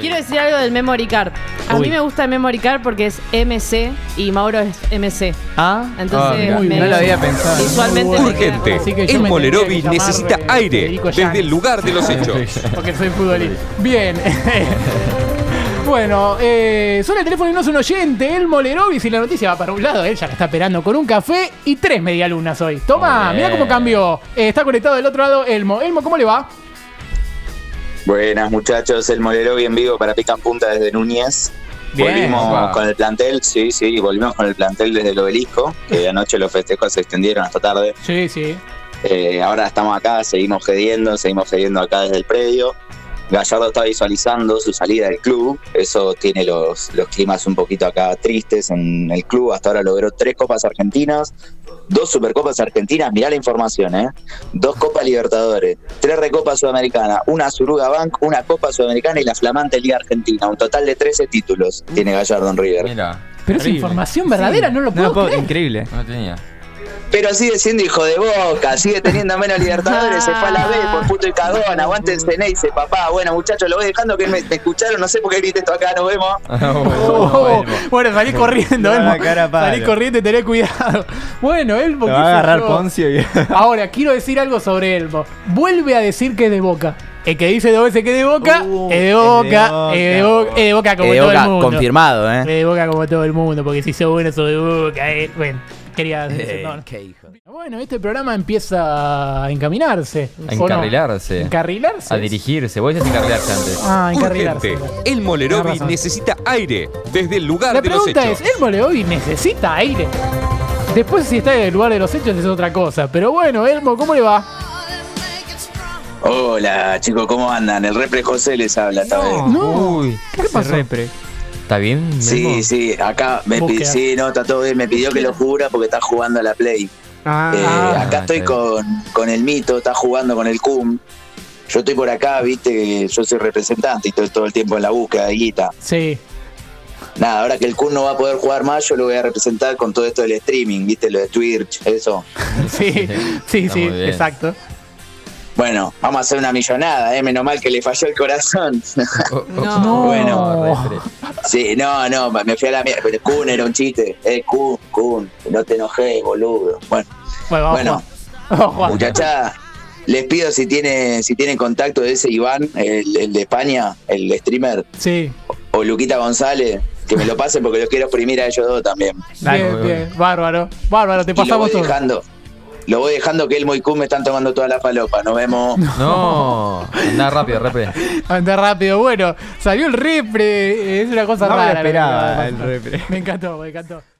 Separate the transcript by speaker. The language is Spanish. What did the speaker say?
Speaker 1: Quiero decir algo del Memory Card. A
Speaker 2: Uy.
Speaker 1: mí me gusta el Memory Card porque es MC y Mauro es MC.
Speaker 2: Ah,
Speaker 1: Entonces,
Speaker 3: mira.
Speaker 1: me-
Speaker 3: No lo había pensado.
Speaker 1: Visualmente me
Speaker 4: Urgente.
Speaker 1: queda-
Speaker 2: Así que yo
Speaker 4: El
Speaker 2: me tendría
Speaker 4: Molerovi
Speaker 2: que llamar,
Speaker 4: necesita
Speaker 2: eh,
Speaker 4: aire
Speaker 2: Federico
Speaker 4: desde el
Speaker 2: Yanis.
Speaker 4: lugar de los hechos.
Speaker 2: Porque soy futbolista. Bien. bueno, eh, suena el teléfono y no es un oyente. El Molerovis y la noticia va para un lado. Él ya la está esperando con un café y tres medialunas hoy. Toma,
Speaker 5: Muy
Speaker 2: mira
Speaker 5: bien.
Speaker 2: cómo cambió. Eh, está conectado del otro lado Elmo. Elmo, ¿cómo le va?
Speaker 6: Buenas muchachos, el Molerovi en vivo para Pican Punta desde Núñez.
Speaker 2: Bien.
Speaker 6: volvimos
Speaker 3: Wow.
Speaker 6: con el plantel, sí, sí, volvimos con el plantel desde el obelisco, que anoche los festejos se extendieron hasta tarde.
Speaker 2: Sí, sí.
Speaker 6: Eh, ahora estamos acá, seguimos cediendo, seguimos cediendo acá desde el predio. Gallardo está visualizando su salida del club, eso tiene los, los climas un poquito acá tristes en el club, hasta ahora logró tres copas argentinas, dos supercopas argentinas, mirá la información, ¿eh? dos copas libertadores, tres recopas sudamericanas, una Suruga Bank, una copa sudamericana y la flamante Liga Argentina, un total de 13 títulos tiene Gallardo en River.
Speaker 3: Mira,
Speaker 2: Pero es
Speaker 5: Terrible.
Speaker 2: información verdadera, no lo
Speaker 3: no
Speaker 2: puedo,
Speaker 3: lo puedo-
Speaker 2: creer.
Speaker 3: increíble.
Speaker 5: no tenía.
Speaker 6: Pero sigue siendo hijo de boca, sigue teniendo menos libertadores, se fue a la B por puto y cagón, aguántense Neice, papá. Bueno, muchachos, lo voy dejando que me, me escucharon, no sé por qué grité esto acá, nos vemos.
Speaker 5: Ah,
Speaker 2: Oh, bueno, salí corriendo,
Speaker 3: Le va la
Speaker 2: Elmo.
Speaker 3: cara a palo.
Speaker 2: Salí corriendo y tené cuidado. Bueno, Elmo.
Speaker 3: Lo
Speaker 2: qué
Speaker 3: va a
Speaker 2: sé
Speaker 3: agarrar
Speaker 2: yo.
Speaker 3: Poncio y.
Speaker 2: Ahora, quiero decir algo sobre Elmo. Vuelve a decir que es de boca. El que dice dos veces que es de boca,
Speaker 3: Uh,
Speaker 2: es de boca, es de boca, es de boca como
Speaker 7: Eh,
Speaker 2: todo
Speaker 7: Boca,
Speaker 2: el mundo.
Speaker 7: confirmado,
Speaker 2: Es
Speaker 7: ¿eh?
Speaker 2: de boca como todo el mundo, porque si sos bueno sos de boca. eh. Bueno, quería decir, no, no.
Speaker 7: qué hijo.
Speaker 2: Bueno, este programa empieza a encaminarse.
Speaker 5: A
Speaker 2: ¿o no?
Speaker 5: encarrilarse.
Speaker 2: Encarrilarse.
Speaker 5: A dirigirse. Vos decías encarrilarse antes.
Speaker 2: Ah, encarrilarse.
Speaker 4: Urgente. El
Speaker 2: Tenés
Speaker 4: Molerovi
Speaker 2: razón.
Speaker 4: necesita. Aire desde el lugar
Speaker 2: La
Speaker 4: de los
Speaker 2: pregunta
Speaker 4: hechos.
Speaker 2: es, ¿Elmo Leovi necesita aire? Después si está en el lugar de los hechos es otra cosa. Pero bueno, Elmo, ¿cómo le va?
Speaker 6: Hola, chicos, ¿cómo andan? El repre José les habla esta vez.
Speaker 2: No.
Speaker 3: Uy,
Speaker 2: ¿Qué
Speaker 3: se
Speaker 2: pasó?
Speaker 3: repre.
Speaker 5: ¿Está bien? Memo?
Speaker 6: Sí, sí, acá me
Speaker 2: Busquea.
Speaker 6: pidió, sí, no, está todo bien, me pidió que lo jura porque está jugando a la Play. Eh, acá estoy
Speaker 5: está bien.
Speaker 6: con, con el mito, está jugando con el CUM. Yo estoy por acá, viste, yo soy representante y estoy todo el tiempo en la búsqueda de guita.
Speaker 2: Sí.
Speaker 6: Nada, ahora que el Kun no va a poder jugar más, yo lo voy a representar con todo esto del streaming, ¿viste? Lo de Twitch, eso.
Speaker 2: Sí, sí,
Speaker 5: Está
Speaker 2: sí,
Speaker 5: muy bien.
Speaker 2: exacto.
Speaker 6: Bueno, vamos a hacer una millonada, ¿eh? Menos mal que le falló el corazón.
Speaker 5: Oh, oh,
Speaker 1: No.
Speaker 5: oh,
Speaker 2: Bueno.
Speaker 5: repre.
Speaker 6: sí, no, no, me fui a la mierda. Pero el Kun era un chiste. Eh, Kun, Kun, no te enojes, boludo. Bueno,
Speaker 2: Bueno, vamos
Speaker 6: Bueno.
Speaker 2: a jugar. Vamos a jugar.
Speaker 6: muchacha, les pido si tiene, si tienen contacto de ese Iván, el, el de España, el streamer,
Speaker 2: Sí,
Speaker 6: o Luquita González, que me lo pasen porque lo quiero exprimir a ellos dos también.
Speaker 3: Dale,
Speaker 2: bien,
Speaker 3: boludo.
Speaker 2: bien, bárbaro. Bárbaro, te
Speaker 6: Y lo voy
Speaker 2: pasamos todo.
Speaker 6: dejando. Lo voy dejando que el y Kun me están tomando toda la palopa. Nos vemos.
Speaker 5: No. Andá rápido, repre.
Speaker 2: Andá rápido. Bueno, salió el repre. Es una cosa
Speaker 3: No me lo
Speaker 2: rara. lo que
Speaker 3: esperaba
Speaker 2: acaba de
Speaker 3: el
Speaker 2: pasar.
Speaker 3: repre.
Speaker 2: Me encantó, me encantó.